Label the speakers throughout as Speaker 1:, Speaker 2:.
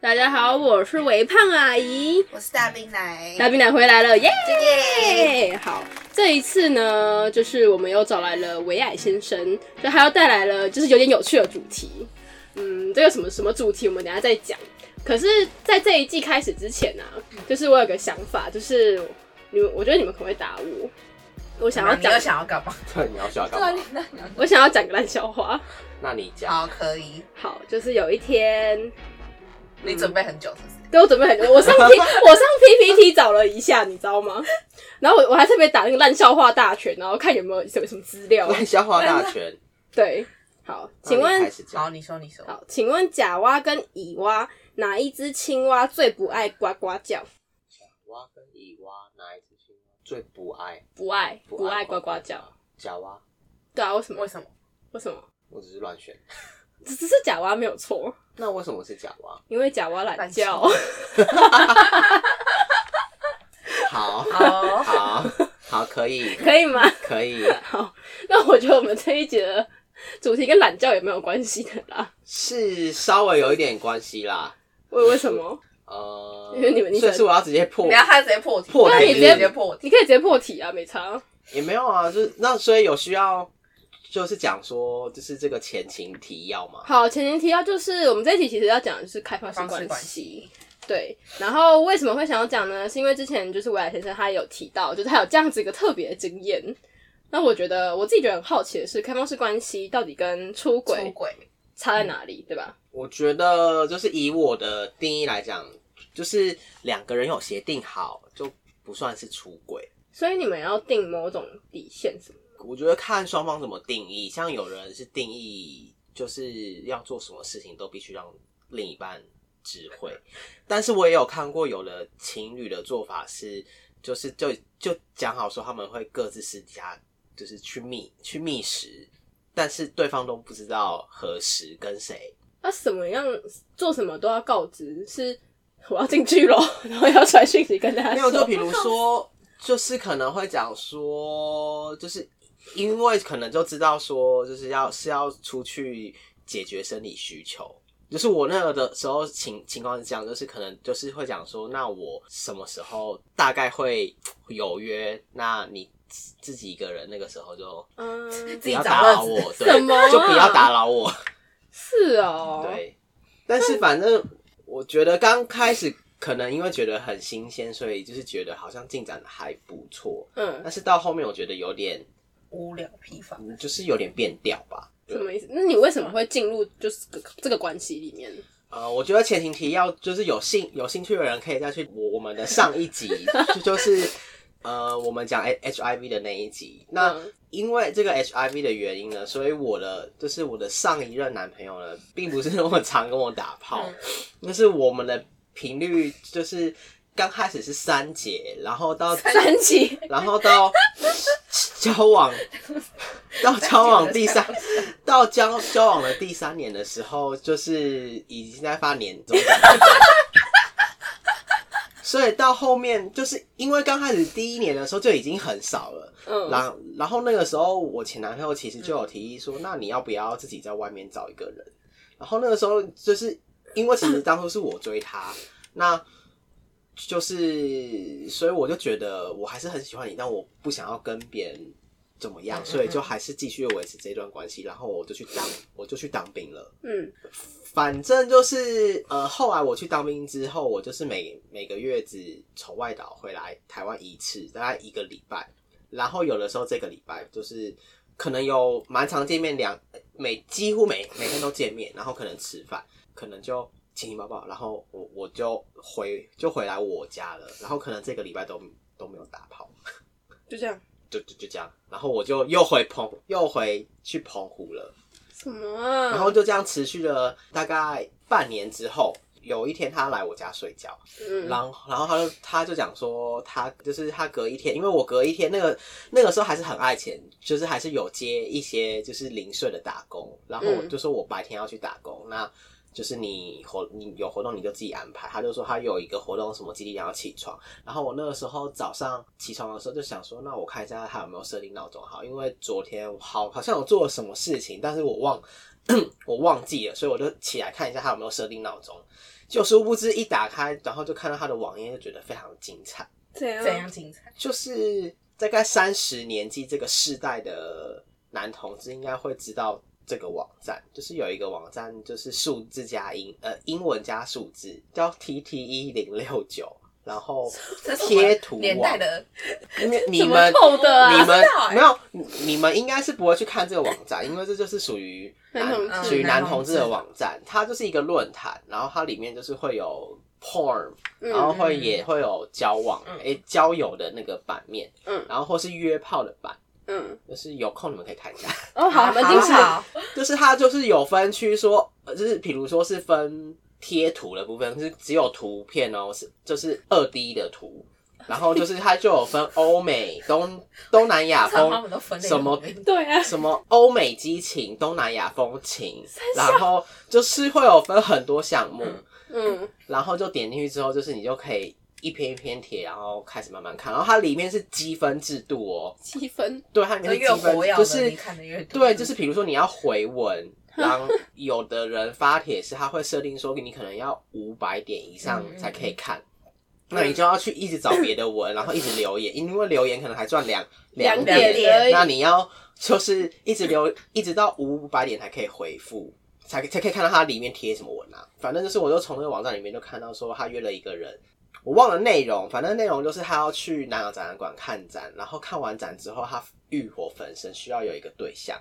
Speaker 1: 大家好，我是微胖阿姨，
Speaker 2: 我是大冰奶，
Speaker 1: 大冰奶回来了，耶、
Speaker 2: 耶！
Speaker 1: 好，这一次呢，就是我们又找来了维矮先生，就他又带来了就是有点有趣的主题。嗯，这个什么什么主题，我们等一下再讲。可是，在这一季开始之前啊，就是我有个想法，就是你们，我觉得你们可能会打我。我想要
Speaker 2: 你又
Speaker 1: 讲，
Speaker 2: 想要干嘛？
Speaker 3: 对，啊你要笑干嘛？
Speaker 1: 我想要讲个烂笑话。
Speaker 3: 那你讲，
Speaker 2: 啊 好，可以。
Speaker 1: 好，就是有一天，
Speaker 2: 你准备很久是不是？
Speaker 1: 对我准备很久，我上 P 我上 PPT 找了一下，你知道吗？然后我我还特别打那个烂笑话大全，然后看有没有什么什么资料。
Speaker 3: 烂笑话大全。
Speaker 1: 对，好，
Speaker 3: 那
Speaker 1: 请
Speaker 3: 你
Speaker 1: 问
Speaker 3: 开始讲，
Speaker 2: 好，你说，你说。
Speaker 1: 好，请问甲蛙跟乙蛙哪一只青蛙最不爱呱呱叫？
Speaker 3: 蛙跟乙蛙哪一只青蛙最不爱？
Speaker 1: 不爱，不爱呱呱叫。。
Speaker 3: 甲蛙，
Speaker 1: 对啊，为什么
Speaker 2: 为？什么？
Speaker 1: 为什么？
Speaker 3: 我只是乱选。
Speaker 1: 只只是甲蛙没有错，
Speaker 3: 那为什么是甲蛙？
Speaker 1: 因为甲蛙懒
Speaker 2: 懒
Speaker 1: 觉。
Speaker 2: 觉
Speaker 3: 好，
Speaker 2: 哦，
Speaker 3: 好，好，可以，
Speaker 1: 可以吗？
Speaker 3: 可以。
Speaker 1: 好，那我觉得我们这一节的主题跟懒觉也没有关系的啦。
Speaker 3: 是稍微有一点关系啦。
Speaker 1: 为为什么？
Speaker 3: 呃，
Speaker 1: 因为你们
Speaker 3: 所以是我要直接破
Speaker 2: 你，要他直接破题，
Speaker 3: 破题
Speaker 2: 那
Speaker 1: 你直接
Speaker 2: 直接破题。
Speaker 1: 你可以直接破题啊，没差。
Speaker 3: 也没有啊，就是那所以有需要，就是讲说，就是这个前情提要嘛。
Speaker 1: 好，前情提要就是我们这一题其实要讲的是开放式
Speaker 2: 方式
Speaker 1: 关
Speaker 2: 关
Speaker 1: 系
Speaker 2: 系。
Speaker 1: 对，然后为什么会想要讲呢？是因为之前就是维莱先生他有提到，就是他有这样子一个特别的经验。那我觉得我自己觉得很好奇的是，开放式关系到底跟出
Speaker 2: 出
Speaker 1: 轨
Speaker 2: 轨，
Speaker 1: 差在哪里，对吧？
Speaker 3: 我觉得就是以我的定义来讲，就是两个人有协定好，就不算是出轨。
Speaker 1: 所以你们要定某种底线什么？
Speaker 3: 我觉得看双方怎么定义，像有人是定义就是要做什么事情都必须让另一半知会，但是我也有看过有的情侣的做法是，就是就就讲好说他们会各自私底下就是去觅去觅食，但是对方都不知道何时跟谁。
Speaker 1: 那什么样做什么都要告知，是我要进去咯， 然后要传讯息跟大家
Speaker 3: 没有，就
Speaker 1: 说。
Speaker 3: 比如说，就是可能会讲说，就是因为可能就知道说，就是要是要出去解决生理需求。就是我那个的时候情情况是这样，就是可能就是会讲说，那我什么时候大概会有约？那你自自己一个人那个时候就
Speaker 1: 嗯，
Speaker 2: 自
Speaker 3: 不
Speaker 2: 己
Speaker 3: 要
Speaker 2: 找
Speaker 3: 打
Speaker 2: 乐
Speaker 3: 扰
Speaker 2: 子
Speaker 3: 我，
Speaker 1: 什么啊
Speaker 3: 对，就不要打扰我。
Speaker 1: 是哦，，
Speaker 3: 对，但是反正我觉得刚开始可能因为觉得很新鲜，所以就是觉得好像进展的还不错。
Speaker 1: 嗯，
Speaker 3: 但是到后面我觉得有点，
Speaker 2: 无聊疲乏。
Speaker 3: 嗯就是有点变调吧。
Speaker 1: 什么意思？那你为什么会进入就是这个这个关系里面？
Speaker 3: 呃，我觉得前情提要就是有兴有兴趣的人可以再去我我们的上一集，就就是呃我们讲 H I V 的那一集。那
Speaker 1: 嗯
Speaker 3: 因为这个 H I V 的原因呢，所以我的就是我的上一任男朋友呢，并不是那么常跟我打炮，
Speaker 1: 嗯
Speaker 3: 那是我们的频率就是刚开始是三节，然后到
Speaker 1: 三级，
Speaker 3: 然后到交往到交往第三到交交往的第三年的时候，就是已经在发年终奖金。所以到后面，就是因为刚开始第一年的时候就已经很少了，
Speaker 1: 嗯，
Speaker 3: 然然后那个时候，我前男朋友其实就有提议说，那你要不要自己在外面找一个人？然后那个时候，就是因为其实当初是我追他， 那就是所以我就觉得我还是很喜欢你，但我不想要跟别人怎么样，所以就还是继续维持这段关系。然后我就去当，我就去当兵了。
Speaker 1: 嗯，
Speaker 3: 反正就是呃，后来我去当兵之后，我就是每每个月只从外岛回来台湾一次，大概一个礼拜。然后有的时候这个礼拜就是可能有蛮常见面两，每几乎每每天都见面，然后可能吃饭，可能就亲亲抱抱，然后我我就回就回来我家了，然后可能这个礼拜都都没有打炮，
Speaker 1: 就这样。
Speaker 3: 就就就这样，然后我就又回澎又回去澎湖了。
Speaker 1: 什么啊？
Speaker 3: 然后就这样持续了大概半年之后，有一天他来我家睡觉，
Speaker 1: 嗯，
Speaker 3: 然后然后他就他就讲说他就是他隔一天，因为我隔一天那个那个时候还是很爱钱，就是还是有接一些就是零碎的打工，然后我
Speaker 1: 嗯
Speaker 3: 就说我白天要去打工，那。就是你活你有活动你就自己安排，他就说他有一个活动什么几点要起床，然后我哦那个时候早上起床的时候就想说，那我看一下他有没有设定闹钟好，因为昨天好好像有做了什么事情，但是我忘 我忘记了，所以我就起来看一下他有没有设定闹钟。就殊不知一打开，然后就看到他的网页，就觉得非常精彩。
Speaker 1: 怎样？
Speaker 2: 怎样精彩？
Speaker 3: 就是大概三十年纪这个世代的男同志应该会知道这个网站，就是有一个网站，就是数字加英呃英文加数字，叫 T T 一零六九，然后
Speaker 2: 这是我
Speaker 3: 贴图啊
Speaker 2: 年代
Speaker 3: 网，
Speaker 2: 的，
Speaker 3: 因为你
Speaker 1: 怎么
Speaker 3: 们。
Speaker 1: 扣的
Speaker 3: 你
Speaker 1: 啊？
Speaker 3: 们
Speaker 2: 知道欸
Speaker 3: 没有，你你们应该是不会去看这个网站，因为这就是属于
Speaker 1: 男同
Speaker 3: 男
Speaker 1: 志
Speaker 3: 属于男
Speaker 2: 男同
Speaker 3: 同志的
Speaker 2: 志
Speaker 3: 网站，它就是一个论坛，然后它里面就是会有 porn，
Speaker 1: 嗯
Speaker 3: 然后会
Speaker 2: 嗯
Speaker 3: 也会有交往
Speaker 2: 嗯
Speaker 3: 诶、交友的那个版面，
Speaker 1: 嗯
Speaker 3: 然后或是约炮的版，
Speaker 1: 嗯，
Speaker 3: 就是有空你们可以看一下。
Speaker 1: 哦，好，蛮精
Speaker 2: 好
Speaker 1: 彩。
Speaker 2: 好
Speaker 3: 就是它就是有分区说，呃就是比如说是分贴图的部分，是只有图片哦，是就是二 D 的图，然后就是它就有分欧美、 东东南亚
Speaker 2: 常他
Speaker 3: 风
Speaker 2: 们都分类
Speaker 3: 什么
Speaker 2: 很明
Speaker 1: 对啊，
Speaker 3: 什么欧美激情、东南亚风情，然后就是会有分很多项目，
Speaker 2: 嗯
Speaker 1: 嗯，
Speaker 3: 然后就点进去之后，就是你就可以一篇一篇贴，然后开始慢慢看，然后它里面是积分制度哦，
Speaker 1: 七分。
Speaker 3: 对，它里面
Speaker 2: 就是越
Speaker 3: 积
Speaker 2: 活跃
Speaker 3: 分，
Speaker 2: 的，
Speaker 3: 就是
Speaker 2: 你看嗯的越多。
Speaker 3: 对，就是比如说你要回文，然后有的人发帖是他会设定说你可能要五百点以上
Speaker 2: 嗯嗯
Speaker 3: 才可以看，那你就要去一直找别的文，然后一直留言，因为留言可能还赚两
Speaker 1: 两
Speaker 3: 点，
Speaker 2: 点
Speaker 1: 而已
Speaker 3: 那你要就是一直留，一直到五百点才可以回复。才才可以看到它里面贴什么文啊，反正就是我就从那个网站里面就看到说他约了一个人，我忘了内容，反正内容就是他要去南洋展览馆看展，然后看完展之后他欲火焚身，需要有一个对象。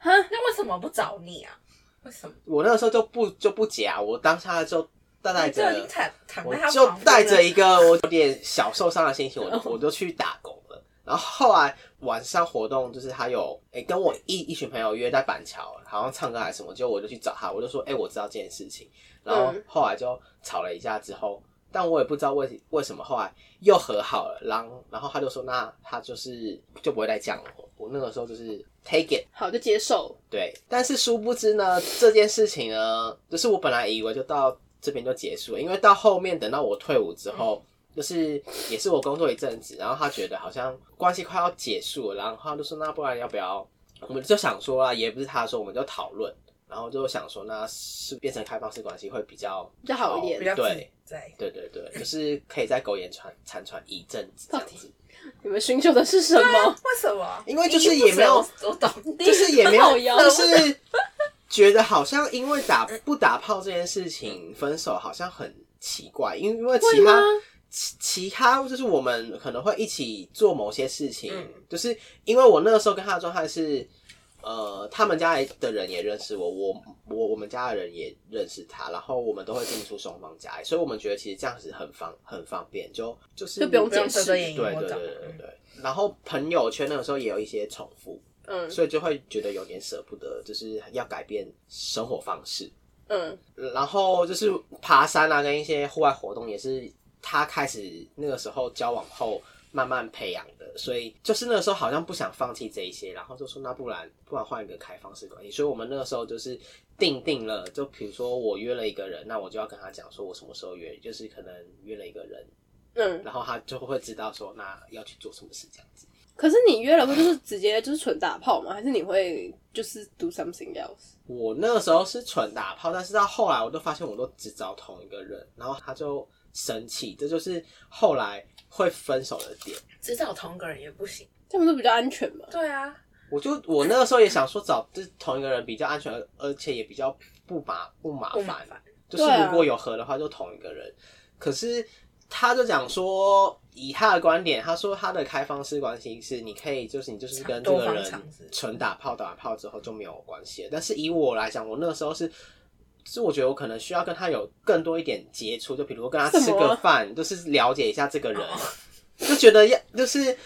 Speaker 1: 哈，
Speaker 2: 那为什么不找你啊？为什么？
Speaker 3: 我那个时候就不就不假，我当下就带
Speaker 2: 你就已
Speaker 3: 着
Speaker 2: 经，躺躺
Speaker 3: 我
Speaker 2: 在他
Speaker 3: 就
Speaker 2: 旁边嗯
Speaker 3: 带
Speaker 2: 了
Speaker 3: 着 一个我有点小受伤的心情，我就我就去打工了。然后后来晚上活动就是他有哎、诶跟我一一群朋友约在板桥，好像唱歌还是什么，就我就去找他，我就说哎、诶我知道这件事情。然后
Speaker 1: 嗯
Speaker 3: 后来就吵了一架之后，但我也不知道为为什么后来又和好了。然后然后他就说那他就是就不会再讲了。我那个时候就是 take it。
Speaker 1: 好，就接受。
Speaker 3: 对，但是殊不知呢，这件事情呢，就是我本来以为就到这边就结束了，因为到后面等到我退伍之后，就是也是我工作一阵子，然后他觉得好像关系快要结束了，然后他就说那不然要不要，我们就想说啊，也不是他说，我们就讨论，然后就想说那是变成开放式关系会比较
Speaker 1: 比较好一点
Speaker 2: 比较自
Speaker 3: 对。
Speaker 2: 在。
Speaker 3: 对对对，就是可以在苟延残残喘一阵子这样
Speaker 1: 到
Speaker 3: 子，
Speaker 1: 你们寻求的是什
Speaker 3: 啊
Speaker 1: 么？
Speaker 2: 为什么？
Speaker 3: 因为就是也没有
Speaker 2: 你不是我我懂，
Speaker 3: 就是也 没有
Speaker 1: 靠，腰
Speaker 3: 就是觉得好像因为打不打炮这件事情分手好像很奇怪，因为因为其
Speaker 1: 会
Speaker 3: 他
Speaker 1: 吗
Speaker 3: 其其他就是我们可能会一起做某些事情，
Speaker 2: 嗯
Speaker 3: 就是因为我那个时候跟他的状态是。呃，他们家的人也认识我，我我我们家的人也认识他，然后我们都会进出双方家，所以我们觉得其实这样子很方很方便，就就是
Speaker 1: 就不用
Speaker 2: 不
Speaker 1: 解
Speaker 2: 用
Speaker 1: 释
Speaker 2: 遮遮掩掩，
Speaker 3: 对
Speaker 2: 我
Speaker 3: 对对
Speaker 2: 懂。
Speaker 3: 对对。然后朋友圈那个时候也有一些重复，
Speaker 1: 嗯
Speaker 3: 所以就会觉得有点舍不得，就是要改变生活方式。
Speaker 1: 嗯，
Speaker 3: 然后就是爬山啊，跟一些户外活动也是他开始那个时候交往后慢慢培养的，所以就是那个时候好像不想放弃这一些，然后就说那不然不然换一个开放式关系。所以我们那个时候就是定定了，就比如说我约了一个人，那我就要跟他讲说我什么时候约，就是可能约了一个人，
Speaker 1: 嗯，
Speaker 3: 然后他就会知道说那要去做什么事这样子。
Speaker 1: 可是你约了会就是直接就是纯打炮吗？还是你会就是 do something else？
Speaker 3: 我那个时候是纯打炮，但是到后来我就发现我都只找同一个人，然后他就生气，这就是后来会分手的点。
Speaker 2: 只找同个人也不行。
Speaker 1: 这样不是比较安全吗？
Speaker 2: 对啊，
Speaker 3: 我就我那个时候也想说找就是同一个人比较安全，而而且也比较不麻不麻
Speaker 2: 不
Speaker 3: 烦，
Speaker 2: 麻烦。
Speaker 3: 就是
Speaker 1: 对啊
Speaker 3: 如果有合的话就同一个人。可是他就讲说，以他的观点，他说他的开放式关系是你可以就是你就是跟这
Speaker 2: 多
Speaker 3: 个
Speaker 2: 方
Speaker 3: 人
Speaker 2: 尝试
Speaker 3: 纯打炮打完炮之后就没有关系了。但是以我来讲，我那个时候是。是我觉得我可能需要跟他有更多一点接触，就比如跟他吃
Speaker 1: 什么
Speaker 3: 个饭，就是了解一下这个
Speaker 2: 哦
Speaker 3: 人，就觉得要就是，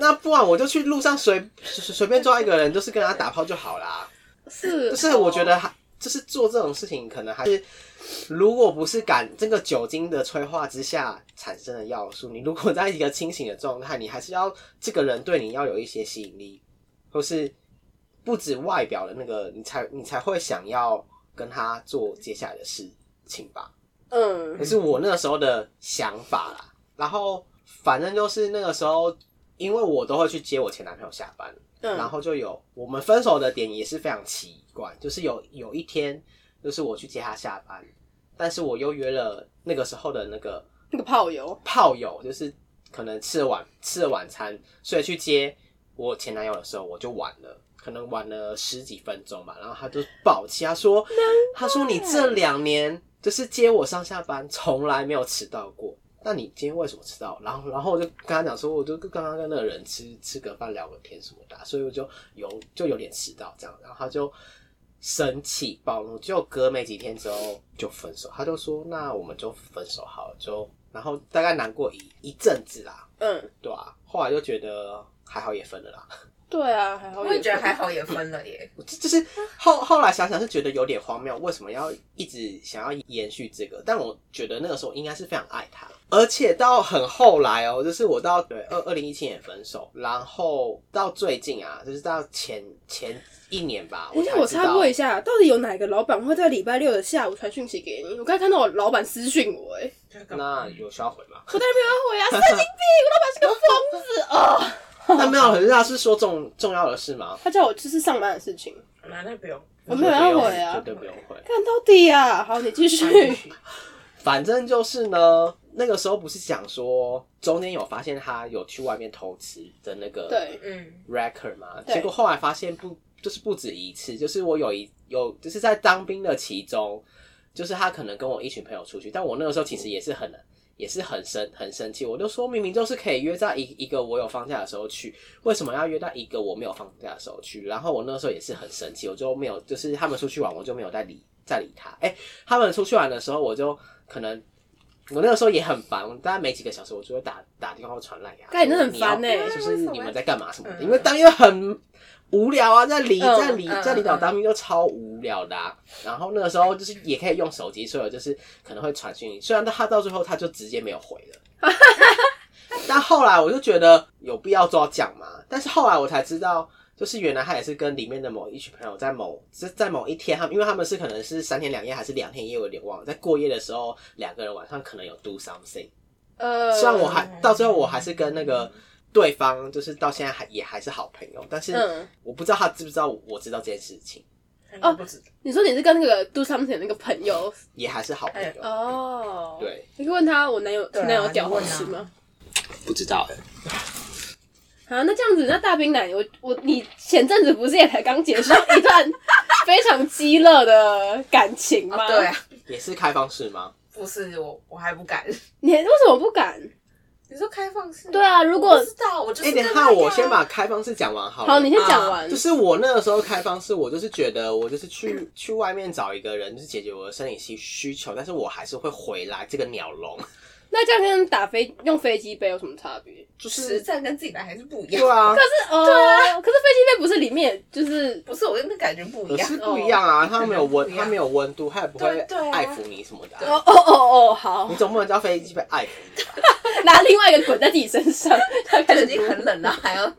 Speaker 3: 那不然我就去路上随随随便抓一个人，就是跟他打炮就好啦。
Speaker 1: 是，
Speaker 3: 就是我觉得还就是做这种事情，可能还是如果不是感这个酒精的催化之下产生的要素，你如果在一个清醒的状态，你还是要这个人对你要有一些吸引力，或是不止外表的那个，你才你才会想要跟他做接下来的事情吧。
Speaker 1: 嗯
Speaker 3: 也是我那个时候的想法啦。然后反正就是那个时候因为我都会去接我前男朋友下班，然
Speaker 1: 嗯
Speaker 3: 后就有我们分手的点也是非常奇怪，就是有有一天，就是我去接他下班，但是我又约了那个时候的那个
Speaker 1: 那个炮友，
Speaker 3: 炮友，就是可能吃了晚吃了晚餐，所以去接我前男友的时候，我就晚了。可能晚了十几分钟吧，然后他就暴气，他说：“他说你这两年就是接我上下班，从来没有迟到过。那你今天为什么迟到？”然后，然后我就跟他讲说，我就刚刚跟那个人吃吃个饭，聊个天什么的啊，所以我就有就有点迟到这样。然后他就生气暴怒，就隔没几天之后就分手。他就说：“那我们就分手好了。”就然后大概难过一一阵子啦，
Speaker 1: 嗯，
Speaker 3: 对啊，后来就觉得还好也分了啦。
Speaker 1: 对啊，还好有，
Speaker 2: 我也觉得还好，也分了耶。
Speaker 3: 我就就是后后来想想是觉得有点荒谬，为什么要一直想要延续这个？但我觉得那个时候应该是非常爱他，而且到很后来哦，就是我到对二二零一七年分手，然后到最近啊，就是到前前一年吧，
Speaker 1: 等一下，
Speaker 3: 才知道
Speaker 1: 我插播一下，到底有哪个老板会在礼拜六的下午传讯息给你？我刚才看到我老板私讯我、欸，哎，
Speaker 3: 那有需要回 吗？
Speaker 1: 我当然没有要回啊，神经病，我老板 是个疯子啊、
Speaker 3: 那没有，可是他是说重重要的事吗？
Speaker 1: 他叫我就是上班的事情，
Speaker 2: 那那不用，
Speaker 1: 我没有要回啊
Speaker 3: 绝对不用回。
Speaker 1: 看到底啊，好，你继续，
Speaker 3: 反正就是呢，那个时候不是讲说中间有发现他有去外面偷吃的那个
Speaker 1: 对，
Speaker 2: 嗯，
Speaker 3: record 嘛，
Speaker 1: 对
Speaker 3: 结果后来发现不就是不止一次，就是我有一有就是在当兵的其中，就是他可能跟我一群朋友出去，但我那个时候其实也是很也是很生很生气，我就说明明就是可以约在一一个我有放假的时候去，为什么要约在一个我没有放假的时候去？然后我那个时候也是很生气，我就没有就是他们出去玩，我就没有再理再理他。哎、他们出去玩的时候，我就可能。我那个时候也很烦，我大概没几个小时，我就会打打电话或传来呀。
Speaker 1: 干你真的很
Speaker 3: 要
Speaker 1: 烦欸
Speaker 3: 就是你们在干嘛什么的，
Speaker 2: 嗯
Speaker 3: 因为当兵很无聊啊，在离
Speaker 1: 嗯
Speaker 3: 在离
Speaker 2: 嗯
Speaker 3: 在离岛
Speaker 2: 嗯
Speaker 3: 当兵就超无聊的、啊。然后那个时候就是也可以用手机，所以我就是可能会传讯息，虽然他到最后他就直接没有回了。 但后来我就觉得有必要做到这样嘛，但是后来我才知道，就是原来他也是跟里面的某一群朋友在某在在某一天，他们因为他们是可能是三天两夜还是两天一夜，我有点忘了，在过夜的时候，两个人晚上可能有 do something，
Speaker 1: 呃，
Speaker 3: 虽然我还到最后我还是跟那个对方，就是到现在还也还是好朋友，但是
Speaker 1: 嗯，
Speaker 3: 我不知道他知不知道我知道这件事情，
Speaker 2: 那个不止，
Speaker 1: 你说你是跟那个 do something 的那个朋友
Speaker 3: 也还是好
Speaker 2: 哎
Speaker 3: 朋友。
Speaker 1: 哦，，
Speaker 3: 对，
Speaker 1: 你可以问他我男友
Speaker 2: 对啊
Speaker 1: 前男友屌好吃吗？
Speaker 3: 不知道哎、
Speaker 1: 啊，那这样子，那大兵奶，我我你前阵子不是也才刚结束一段 非常激烈的感情吗？
Speaker 2: 哦对啊，
Speaker 3: 也是开放式吗？
Speaker 2: 不是我，我还不敢。
Speaker 1: 你为什么不敢？
Speaker 2: 你说开放式吗？
Speaker 1: 对啊如果
Speaker 2: 我不知道，我就
Speaker 3: 哎、
Speaker 2: 是
Speaker 3: 等一
Speaker 2: 跟
Speaker 3: 下
Speaker 2: 那个
Speaker 3: 我
Speaker 2: 啊
Speaker 3: 先把开放式讲完好了。
Speaker 1: 好，你先讲完。
Speaker 3: 就是我那个时候开放式，我就是觉得我就是去去外面找一个人，就是解决我的生理需需求，但是我还是会回来这个鸟笼。
Speaker 1: 那这样跟打飞用飞机杯有什么差别？
Speaker 2: 实战跟自己来还是不一样。
Speaker 3: 对啊，
Speaker 1: 是哦，对啊，可是飞机杯不是里面就是
Speaker 2: 不是我跟那感觉不一
Speaker 3: 可
Speaker 2: 样哦
Speaker 3: 是。不一样啊，它没有 温，
Speaker 2: 不一
Speaker 3: 它
Speaker 2: 样
Speaker 3: 没有温度，它也不会
Speaker 2: 对对啊
Speaker 3: 爱抚你什么的啊、
Speaker 1: 哦哦哦哦，好
Speaker 3: 你，总不能叫飞机被爱抚你吧？
Speaker 1: 拿另外一个滚在自己身上， 他开
Speaker 2: 就
Speaker 1: 始
Speaker 2: 已经很冷了， 还要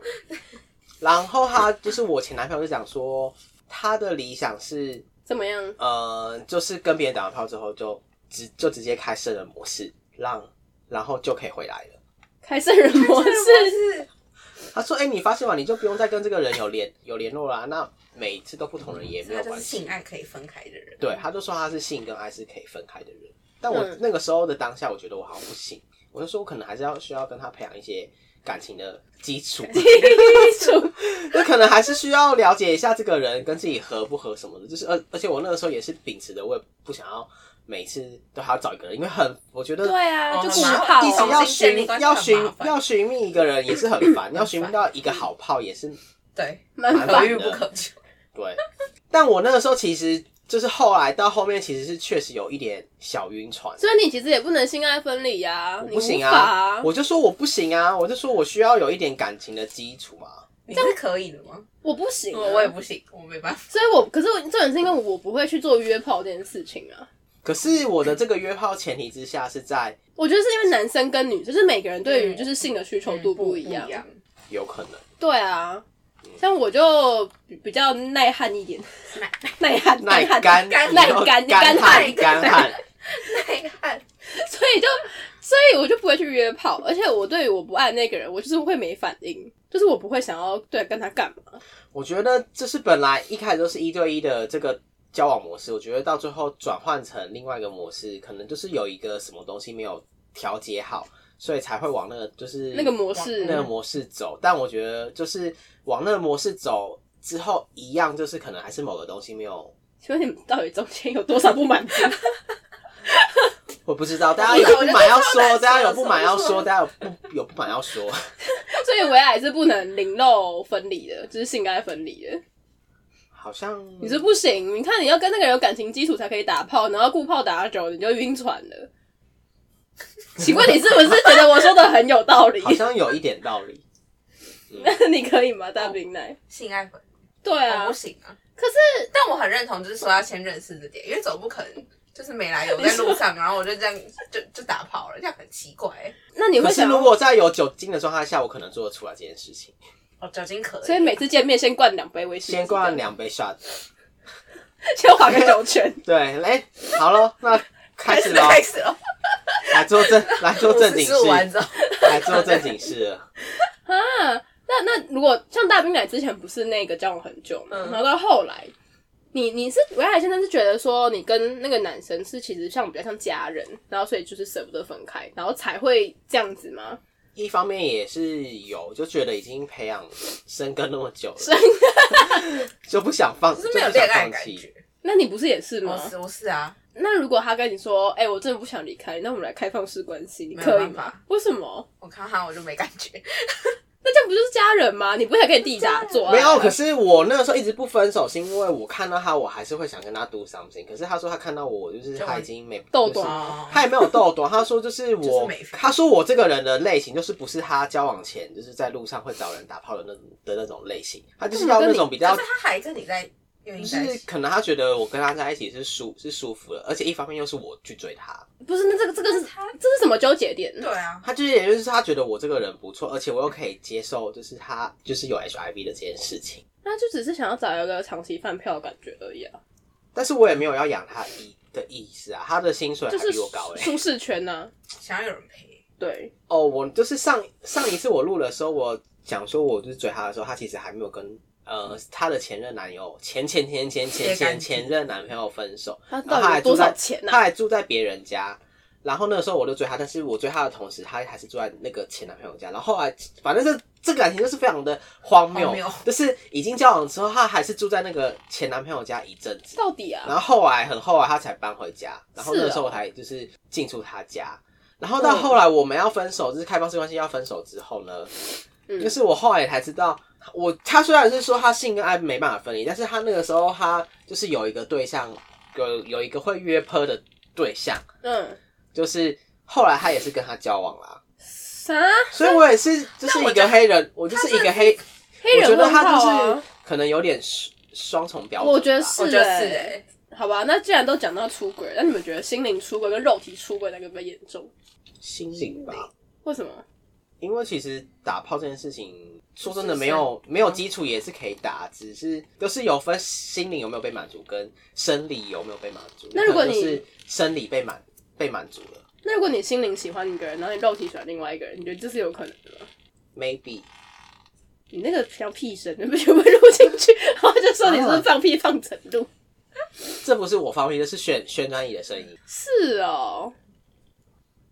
Speaker 3: 然后他哎就是我前男朋友就讲说，他的理想是，
Speaker 1: 怎么样？
Speaker 3: 呃，就是跟别人打完炮之后就直就直接开圣人模式，让然后就可以回来了。
Speaker 1: 开圣人模式，
Speaker 2: 是
Speaker 3: 他说：“哎、你发现完你就不用再跟这个人有联有联络啦、那每次都不同人也没
Speaker 2: 嗯他
Speaker 3: 有
Speaker 2: 就
Speaker 3: 关
Speaker 2: 是
Speaker 3: 系
Speaker 2: 性。爱可以分开的人。
Speaker 3: 对，他就说他是性跟爱是可以分开的人。但我
Speaker 1: 嗯
Speaker 3: 那个时候的当下，我觉得我好像不行，我就说我可能还是要需要跟他培养一些感情的 基础。 就可能还是需要了解一下这个人跟自己合不合什么的，就是呃而而且我那个时候也是秉持的，我也不想要每次都还要找一个人，因为很我觉得
Speaker 1: 对啊，
Speaker 2: 哦
Speaker 1: 就
Speaker 2: 很
Speaker 1: 苦
Speaker 2: 麻
Speaker 1: 泡
Speaker 2: 烦
Speaker 3: 一直
Speaker 1: 哦，
Speaker 3: 要
Speaker 2: 重新建
Speaker 3: 寻
Speaker 2: 立关系
Speaker 3: 要
Speaker 2: 很
Speaker 3: 寻
Speaker 2: 麻烦
Speaker 3: 要寻觅一个人也是很 烦，要寻觅到一个好炮也是
Speaker 2: 对，
Speaker 1: 蛮
Speaker 3: 蛮
Speaker 2: 可
Speaker 1: 烦
Speaker 2: 遇
Speaker 1: 的。
Speaker 2: 不可求。
Speaker 3: 对。但我那个时候其实就是后来到后面其实是确实有一点小晕船，
Speaker 1: 所以你其实也不能性爱分离啊，
Speaker 3: 我
Speaker 1: 你
Speaker 3: 不行
Speaker 1: 无法
Speaker 3: 啊，我就说我不行啊，我就说我需要有一点感情的基础嘛。
Speaker 2: 你是可以的吗？
Speaker 1: 我不行、啊，
Speaker 2: 我我也，不行，我没办法。
Speaker 1: 所以我可是我重点是因为我不会去做约炮这件事情啊。
Speaker 3: 可是我的这个约炮前提之下是在
Speaker 1: 我觉得是因为男生跟女，就是每个人对于
Speaker 2: 嗯
Speaker 1: 就是性的需求度嗯不
Speaker 2: 不
Speaker 1: 一样。
Speaker 2: 样，
Speaker 3: 有可能。
Speaker 1: 对啊，像我就比比较耐旱一 点，
Speaker 2: 耐
Speaker 1: 耐旱
Speaker 3: 耐
Speaker 1: 旱
Speaker 3: 干
Speaker 1: 耐干
Speaker 3: 干
Speaker 1: 旱
Speaker 3: 旱干旱，
Speaker 2: 耐旱
Speaker 1: 所以就所以我就不会去约炮，而且我对我不爱那个人，我就是会没反应，就是我不会想要对跟他干嘛。
Speaker 3: 我觉得这是本来一开始都是一对一的这个交往模式，我觉得到最后转换成另外一个模式，可能就是有一个什么东西没有调节好，所以才会往那个就是
Speaker 1: 那个模式，
Speaker 3: 嗯那个模式走。但我觉得就是往那个模式走之后，一样就是可能还是某个东西没有，
Speaker 1: 请问你们到底中间有多少不满足？
Speaker 3: 我不知道。大家
Speaker 2: 我
Speaker 3: 有
Speaker 2: 知道
Speaker 3: 不满要
Speaker 2: 我觉
Speaker 3: 说，
Speaker 2: 得
Speaker 3: 大家有
Speaker 2: 这
Speaker 3: 不
Speaker 2: 种
Speaker 3: 满要
Speaker 2: 是
Speaker 3: 说，大家有不有不满要说。
Speaker 1: 所以维爱是不能零肉分离的，就是性爱分离的。
Speaker 3: 好像
Speaker 1: 你是不行，你看你要跟那个人有感情基础才可以打炮，然后顾炮打久了你就晕船了。 请问你是不是觉得我说的很有道理
Speaker 3: 好？像有一点道理。
Speaker 1: 那 你可以吗，大冰奶？
Speaker 2: 性爱粉，
Speaker 1: 对
Speaker 2: 我
Speaker 3: 哦
Speaker 1: 啊
Speaker 2: 不，行啊。
Speaker 1: 可是
Speaker 2: 但我很认同，就是说要先认识这点，因为总不可能就是没来由在路上，然后我就这样就就打跑了，这样很奇怪、欸
Speaker 1: 那你
Speaker 3: 可
Speaker 1: 会
Speaker 3: 是
Speaker 1: 想要
Speaker 3: 如果在有酒精的状态下，我可能做得出来这件事情。
Speaker 2: 哦，酒精可以，
Speaker 1: 所以每次见面先灌两杯威士忌，
Speaker 3: 先灌，两杯 shot，
Speaker 1: 先划个酒 圈。
Speaker 3: 对，哎、好咯，那开
Speaker 2: 开
Speaker 3: 始
Speaker 2: 始
Speaker 3: 喽
Speaker 2: 了，，开始了，
Speaker 3: 来 做正来做正经事，
Speaker 2: 我完之后，
Speaker 3: 来做正经事了。
Speaker 1: 那那如果像大兵奶之前不是那个交往很久嘛，
Speaker 2: 嗯
Speaker 1: 然后到后来，你你是维海先生是觉得说你跟那个男生是其实像比较像家人，然后所以就是舍不得分开，然后才会这样子吗？
Speaker 3: 一方面也是有，就觉得已经培养生根那么久
Speaker 1: 生
Speaker 3: 了， 就不想放，
Speaker 2: 就
Speaker 3: 就是不
Speaker 2: 没有
Speaker 3: 想
Speaker 2: 恋爱的
Speaker 3: 放
Speaker 2: 感
Speaker 3: 弃。
Speaker 2: 觉。
Speaker 1: 那你不是也是吗
Speaker 2: 我？是我是啊，
Speaker 1: 那如果他跟你说，哎、我真的不想离开，那我们来开放式关系，你
Speaker 2: 没有
Speaker 1: 可以
Speaker 2: 办
Speaker 1: 吗
Speaker 2: 法？
Speaker 1: 为什么？
Speaker 2: 我看他我就没感觉，
Speaker 1: 那这样不就是家人吗？你不想跟你弟打做啊爱？
Speaker 3: 没有，可是我那个时候一直不分手，是因为我看到他，我还是会想跟他 do something。可是他说他看到我，就是
Speaker 2: 就
Speaker 3: 他已经没
Speaker 1: 斗
Speaker 3: 就是
Speaker 1: 短
Speaker 2: 哦
Speaker 3: 他也没有逗 短，他说就是
Speaker 2: 就是
Speaker 3: 我，
Speaker 2: 美服
Speaker 3: 他说我这个人的类型就是不是他交往前就是在路上会找人打炮的那种的那种类型，他就是要那种比较
Speaker 2: 可嗯是他还跟你在愿
Speaker 3: 就
Speaker 2: 意在一
Speaker 3: 是
Speaker 2: 起，
Speaker 3: 可能他觉得我跟他在一起是舒是舒服的，而且一方面又是我去追他，
Speaker 1: 不是，那这个这个是
Speaker 2: 他
Speaker 1: 这是什么纠结点？
Speaker 2: 对啊，
Speaker 3: 他就是也就是他觉得我这个人不错，而且我又可以接受就是他就是有 HIV 的这件事情，
Speaker 1: 那就只是想要找一个长期饭票的感觉而已啊，
Speaker 3: 但是我也没有要养他意的意思啊，他的薪水还
Speaker 1: 就是
Speaker 3: 比我高哎、
Speaker 1: 舒适圈呐、
Speaker 2: 想要有人陪，
Speaker 1: 对，
Speaker 3: 哦，我就是上上一次我录的时候，我讲说我就是追她的时候，她其实还没有跟呃她的前任男友前前前前前前前任男朋友分手，
Speaker 1: 他
Speaker 3: 然
Speaker 1: 到
Speaker 3: 后
Speaker 1: 底
Speaker 3: 她还
Speaker 1: 有多
Speaker 3: 住
Speaker 1: 少
Speaker 3: 在
Speaker 1: 钱啊呐、
Speaker 3: 她还住在别人家。然后那个时候我就追她，但是我追她的同时，她还是住在那个前男朋友家。然后后来，反正这这个感情就是非常的荒谬，
Speaker 2: 荒谬
Speaker 3: 就是已经交往之后，她还是住在那个前男朋友家一阵子。
Speaker 1: 到底啊？
Speaker 3: 然后后来很后来他才搬回家，然后
Speaker 1: 是哦嗯
Speaker 3: 那时候我才就是进出他家。然后到后来我们要分手，就是开放式关系要分手之后呢，
Speaker 1: 嗯
Speaker 3: 就是我后来才知道，我他虽然是说他性跟爱没办法分离，但是他那个时候他就是有一个对象，有有一个会约炮的对象，
Speaker 1: 嗯，
Speaker 3: 就是后来他也是跟他交往啦。
Speaker 1: 啥？
Speaker 3: 所以我也是就是
Speaker 2: 那我
Speaker 3: 一个黑人，我就是一个黑，
Speaker 1: 黑
Speaker 3: 我觉
Speaker 1: 人
Speaker 3: 得
Speaker 1: 问
Speaker 3: 他
Speaker 1: 号
Speaker 3: 就是
Speaker 1: 啊？
Speaker 3: 可能有点双双重标准吧。
Speaker 1: 我觉得
Speaker 2: 我
Speaker 1: 是
Speaker 2: 觉得
Speaker 1: 哎、
Speaker 2: 是哎，
Speaker 1: 好吧，那既然都讲到出轨，那你们觉得心灵出轨跟肉体出轨哪个比较严重？
Speaker 3: 心灵吧，
Speaker 1: 为什么？
Speaker 3: 因为其实打炮这件事情，说真的没有没
Speaker 1: 嗯
Speaker 3: 有基础也是可以打，只是都是有分心灵有没有被满足跟生理有没有被满足。
Speaker 1: 那如果你
Speaker 3: 可能就是生理被满被满足了
Speaker 1: 那如果你心灵喜欢一个人，然后你肉体喜欢另外一个人，你觉得这是有可能的吗？
Speaker 3: ，maybe
Speaker 1: 你那个像屁声，你们全部录进去，然后就说你是 不是放屁放程度？
Speaker 3: 这不是我放屁，这是旋旋转椅的声音。
Speaker 1: 是哦。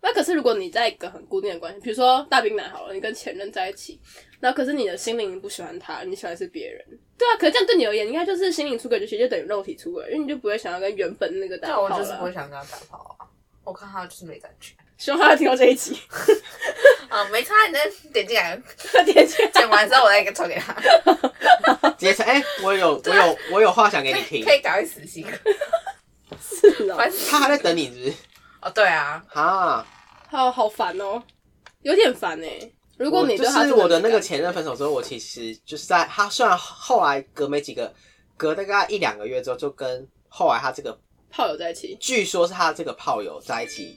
Speaker 1: 那可是如果你在一个很固定的关系，比如说大兵男好了，你跟前任在一起，那可是你的心灵不喜欢他，你喜欢是别人，对啊。可是这样对你而言，应该就是心灵出轨，就其实就等于肉体出轨，因为你就不会想要跟原本那个打
Speaker 2: 但
Speaker 1: 炮
Speaker 2: 啊我就是不会
Speaker 1: 了。
Speaker 2: 想跟他打炮啊，我看他就是没感觉
Speaker 1: 希望他有听到这一集，
Speaker 2: 啊，没差，你再点进来，
Speaker 1: 点进来
Speaker 2: 剪完之后我再给传给他，
Speaker 3: 杰成，哎、我有我有我有话想给你听
Speaker 2: 可，以搞一死心，
Speaker 1: 是哦，
Speaker 2: 烦死
Speaker 3: 他还在等你是不是？
Speaker 2: 哦，对啊，
Speaker 3: 哈，
Speaker 1: 好好烦哦，有点烦哎、 如果你
Speaker 3: 我
Speaker 1: 对
Speaker 3: 就
Speaker 1: 他
Speaker 3: 是
Speaker 1: 真
Speaker 3: 我的
Speaker 1: 没
Speaker 3: 那个
Speaker 1: 感
Speaker 3: 前
Speaker 1: 觉
Speaker 3: 任分手之后，我其实就是在他虽然后来隔没几个，隔大概一两个月之后，就跟后来他这个
Speaker 1: 炮友在一起，
Speaker 3: 据说是他这个炮友在一起，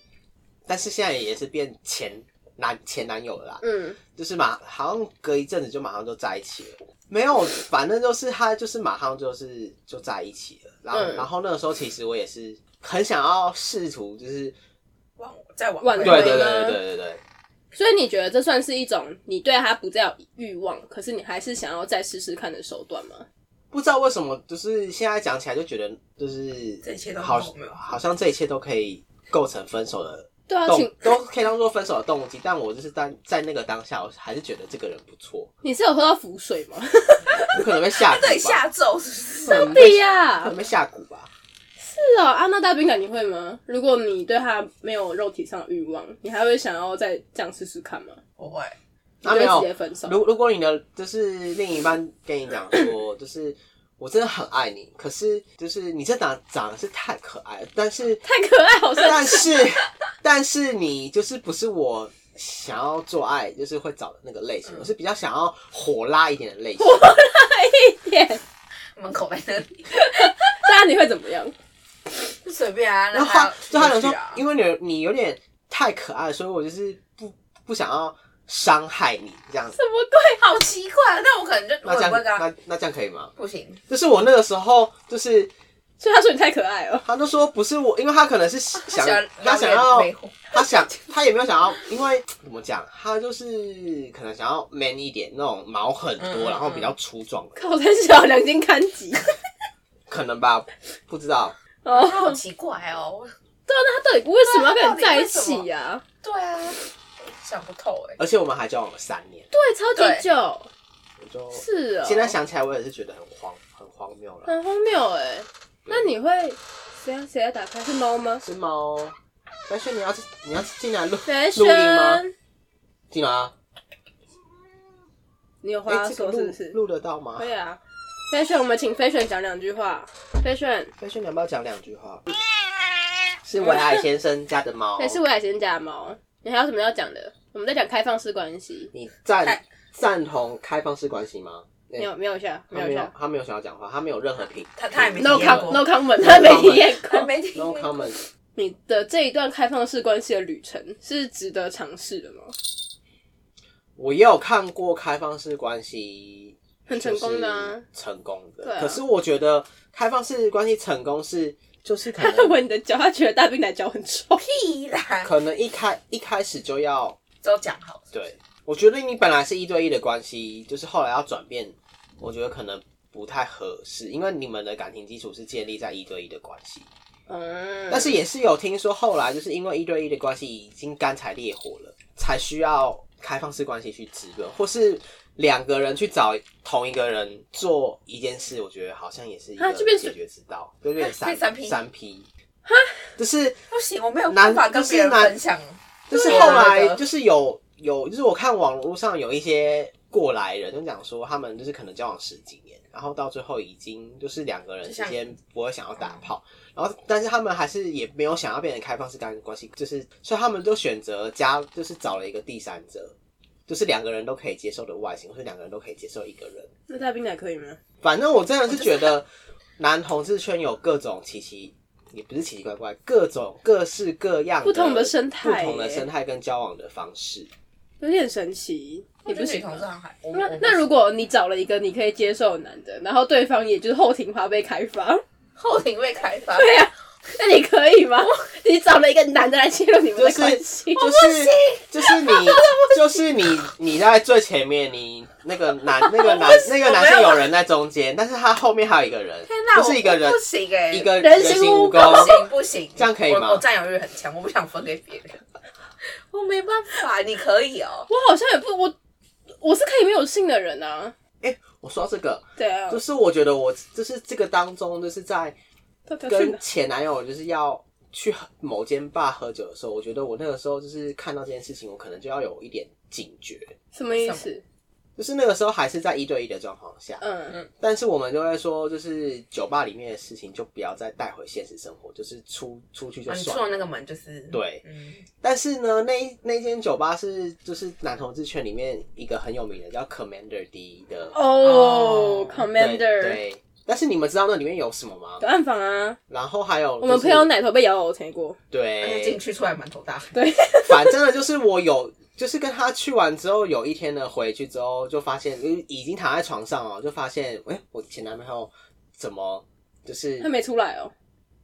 Speaker 3: 但是现在也是变前男前男友了啦，
Speaker 1: 嗯，
Speaker 3: 就是马好像隔一阵子就马上就在一起了。没有，反正就是他就是马上就是就在一起了。然后、
Speaker 1: 嗯
Speaker 3: 然后那个时候其实我也是很想要试图就是
Speaker 2: 往再往
Speaker 1: 挽
Speaker 2: 回
Speaker 3: 对对
Speaker 1: 回
Speaker 3: 对
Speaker 1: 吗
Speaker 3: 对对对对，
Speaker 1: 所以你觉得这算是一种你对他不再有欲望，可是你还是想要再试试看的手段吗？
Speaker 3: 不知道为什么，就是现在讲起来就觉得，就是
Speaker 2: 这一切都很
Speaker 3: 好
Speaker 2: 荒谬，
Speaker 3: 好像这一切都可以构成分手的
Speaker 1: 对啊，
Speaker 3: 动
Speaker 1: 请，
Speaker 3: 都可以当做分手的动机。但我就是在在那个当下，我还是觉得这个人不错，
Speaker 1: 你是有喝到浮水 吗？
Speaker 3: 有可能被吓
Speaker 2: 对
Speaker 3: 蛊吧，
Speaker 2: 下咒是不是？
Speaker 3: 可能
Speaker 1: 对
Speaker 3: 被可
Speaker 1: 呀、
Speaker 3: 能被吓蛊吧。
Speaker 1: 是哦。啊，那大饼感你会吗？如果你对他没有肉体上的欲望，你还会想要再这样试试看吗？
Speaker 2: 不会，
Speaker 1: 你就
Speaker 3: 那啊
Speaker 1: 会
Speaker 3: 没
Speaker 1: 直接
Speaker 3: 有
Speaker 1: 分手？
Speaker 3: 如如果你的就是另一半跟你讲说，就是我真的很爱你，可是就是你这长长得是太可爱了，但是
Speaker 1: 太可爱，好生
Speaker 3: 但是但是你就是不是我想要做爱就是会找的那个类型，我是比较想要火辣一点的类型。
Speaker 1: 气 耶！
Speaker 3: 啊
Speaker 2: 门口在那里，
Speaker 1: 对啊，你会怎么样？
Speaker 2: 就随便啊。
Speaker 3: 然
Speaker 2: 让
Speaker 3: 后他就他想
Speaker 2: 出
Speaker 3: 说
Speaker 2: 去啊，
Speaker 3: 因为你你有点太可爱，所以我就是不不想要伤害你这样子。
Speaker 1: 怎么鬼？
Speaker 2: 好哦奇怪，那我可能就我
Speaker 3: 那
Speaker 2: 也
Speaker 3: 这样
Speaker 2: 不会跟他
Speaker 3: 那那这样可以吗？
Speaker 2: 不行，
Speaker 3: 就是我那个时候就是。
Speaker 1: 所以他说你太可爱哦。
Speaker 3: 他就说不是我，因为他可能是想他
Speaker 2: 他
Speaker 3: 想
Speaker 2: 想撩
Speaker 3: 要
Speaker 2: 妹
Speaker 3: 他 想他也没有想要，因为怎么讲，他就是可能想要 man 一点，那种毛很
Speaker 2: 嗯嗯
Speaker 3: 多，然后比较粗壮的，
Speaker 1: 靠，才小两斤看集
Speaker 3: 可能吧，不知道。
Speaker 1: 哦。
Speaker 2: 他好奇怪哦。
Speaker 1: 啊那他到底为什么要跟你在一起呀、
Speaker 2: 对啊，想不透哎。
Speaker 3: 而且我们还交往了三年，
Speaker 1: 对，超级久，
Speaker 3: 我就是
Speaker 1: 哦。
Speaker 3: 现在想起来，我也是觉得很荒很荒谬了。
Speaker 1: 很荒谬哎、那你会谁啊？谁来打开？是猫吗？
Speaker 3: 是猫，哦白轩，你要是你要进来录
Speaker 1: 男
Speaker 3: 录音吗？
Speaker 1: 生，
Speaker 3: 进来啊！
Speaker 1: 你有话
Speaker 3: 哎、
Speaker 1: 要
Speaker 3: 这个
Speaker 1: 说
Speaker 3: 录
Speaker 1: 是不是？
Speaker 3: 录得到吗
Speaker 1: 可？以啊。飞旋，我们请飞旋讲两句话。飞旋，
Speaker 3: 白轩，你要不要讲两句话？是维爱先生家的猫，
Speaker 1: 也是我海鲜家的猫。你还有什么要讲的？我们在讲开放式关系。
Speaker 3: 你赞
Speaker 2: 开
Speaker 3: 赞同开放式关系吗？欸
Speaker 1: 没有，没有一下，
Speaker 3: 他
Speaker 1: 有
Speaker 3: 没
Speaker 1: 一
Speaker 3: 有
Speaker 1: 下。，
Speaker 3: 他没有想要讲话，他没有任何评，
Speaker 2: 他他也没
Speaker 1: ，no
Speaker 2: 体验过
Speaker 1: com no comment，他没体验
Speaker 2: 还
Speaker 1: 过。
Speaker 2: 没听
Speaker 3: no comment。
Speaker 1: 你的这一段开放式关系的旅程是值得尝试的吗？
Speaker 3: 我也有看过开放式关系，
Speaker 1: 很成功的啊，
Speaker 3: 成功的。
Speaker 1: 对啊
Speaker 3: 可是我觉得开放式关系成功是，就是可
Speaker 1: 他 在
Speaker 3: 能
Speaker 1: 闻你的脚，他觉得大冰奶脚很臭。
Speaker 2: 屁啦，
Speaker 3: 可能一开一开始就要
Speaker 2: 都讲好。
Speaker 3: 对。我觉得你本来是一对一的关系，就是后来要转变，我觉得可能不太合适，因为你们的感情基础是建立在一对一的关系。
Speaker 1: 嗯，
Speaker 3: 但是也是有听说，后来就是因为一对一的关系已经干柴烈火了，才需要开放式关系去滋润，或是两个人去找同一个人做一件事，我觉得好像也是一
Speaker 1: 啊
Speaker 3: 个
Speaker 1: 这边是啊
Speaker 3: 解决之道，就有点三
Speaker 2: 变三 P
Speaker 3: 三 P，就是
Speaker 2: 不行，我没有
Speaker 3: 男
Speaker 2: 办法跟别人
Speaker 3: 就是男
Speaker 2: 分享。
Speaker 3: 就是
Speaker 2: 对啊
Speaker 3: 后来
Speaker 2: 那个
Speaker 3: 就是有有，就是我看网络上有一些过来人就讲说，他们就是可能交往十几年，然后到最后已经就是两个人之间不会想要打炮，然后但是他们还是也没有想要变成开放式干关系，就是所以他们就选择加，就是找了一个第三者，就是两个人都可以接受的外形，或是两个人都可以接受一个人。
Speaker 1: 那大冰奶可以吗？
Speaker 3: 反正我真的是觉得男同志圈有各种奇奇，也不是奇奇怪怪，各种各式各样的
Speaker 1: 不同的生态
Speaker 3: 不同的
Speaker 1: 耶
Speaker 3: 生态跟交往的方式。
Speaker 1: 有点神奇，你
Speaker 2: 你
Speaker 1: 不
Speaker 2: 不是
Speaker 1: 行
Speaker 2: 同志
Speaker 1: 吗。
Speaker 2: 航海？我
Speaker 1: 那
Speaker 2: 我
Speaker 1: 那如果你找了一个你可以接受的男的，然后对方也就是后庭花被开 发，
Speaker 2: 后庭被开发，
Speaker 1: 对呀、那你可以吗？你找了一个男的来介入你们
Speaker 3: 就
Speaker 1: 的
Speaker 3: 是
Speaker 1: 关系，
Speaker 3: 就 是 就是你就是你你在最前面，你那个 男那个男那个男生有人在中间，但是他后面还有一个人
Speaker 2: 天哪，，
Speaker 3: 就
Speaker 2: 我
Speaker 3: 是一个人
Speaker 2: 我不行哎，
Speaker 3: 一个
Speaker 1: 人形
Speaker 3: 形
Speaker 1: 蜈
Speaker 3: 蜈
Speaker 2: 不
Speaker 3: 蚣。
Speaker 2: 行不行，
Speaker 3: 这样可以吗
Speaker 2: 我我占有欲很强，我不想分给别人，我没办法，你可以哦。
Speaker 1: 我好像也不我我是可以没有性的人啊，
Speaker 3: 我说到这个，
Speaker 1: 对啊
Speaker 3: 就，是我觉得我就是这个当中，就是在
Speaker 1: 到 底要去
Speaker 3: 跟
Speaker 1: 哪？
Speaker 3: 前男友就是要去某间吧喝酒的时候，我觉得我那个时候就是看到这件事情，我可能就要有一点警觉。
Speaker 1: 什么意思？
Speaker 3: 就是那个时候还是在一对一的状况下，
Speaker 1: 嗯，
Speaker 3: 但是我们就会说，就是酒吧里面的事情就不要再带回现实生活，就是出出去就
Speaker 2: 啊你出
Speaker 3: 算
Speaker 2: 了
Speaker 3: 了。
Speaker 2: 那个门就是，
Speaker 3: 对，
Speaker 2: 嗯，
Speaker 3: 但是呢，那一那间酒吧是就是男同志圈里面一个很有名的叫 Commander D 的
Speaker 1: 哦
Speaker 2: 哦
Speaker 3: 对
Speaker 1: ，Commander
Speaker 3: 对。但是你们知道那里面有什么吗？
Speaker 1: 有暗访啊，
Speaker 3: 然后还有、
Speaker 1: 我们
Speaker 3: 就是
Speaker 1: 朋友奶头被咬呕才过，
Speaker 2: 而且
Speaker 3: 对
Speaker 2: 进，去出来满头大汗，
Speaker 3: 反正呢就是我有就是跟他去完之后，有一天呢回去之后就发现嗯已经躺在床上哦，就发现哎、诶我前男朋友怎么就是
Speaker 1: 他没出来哦，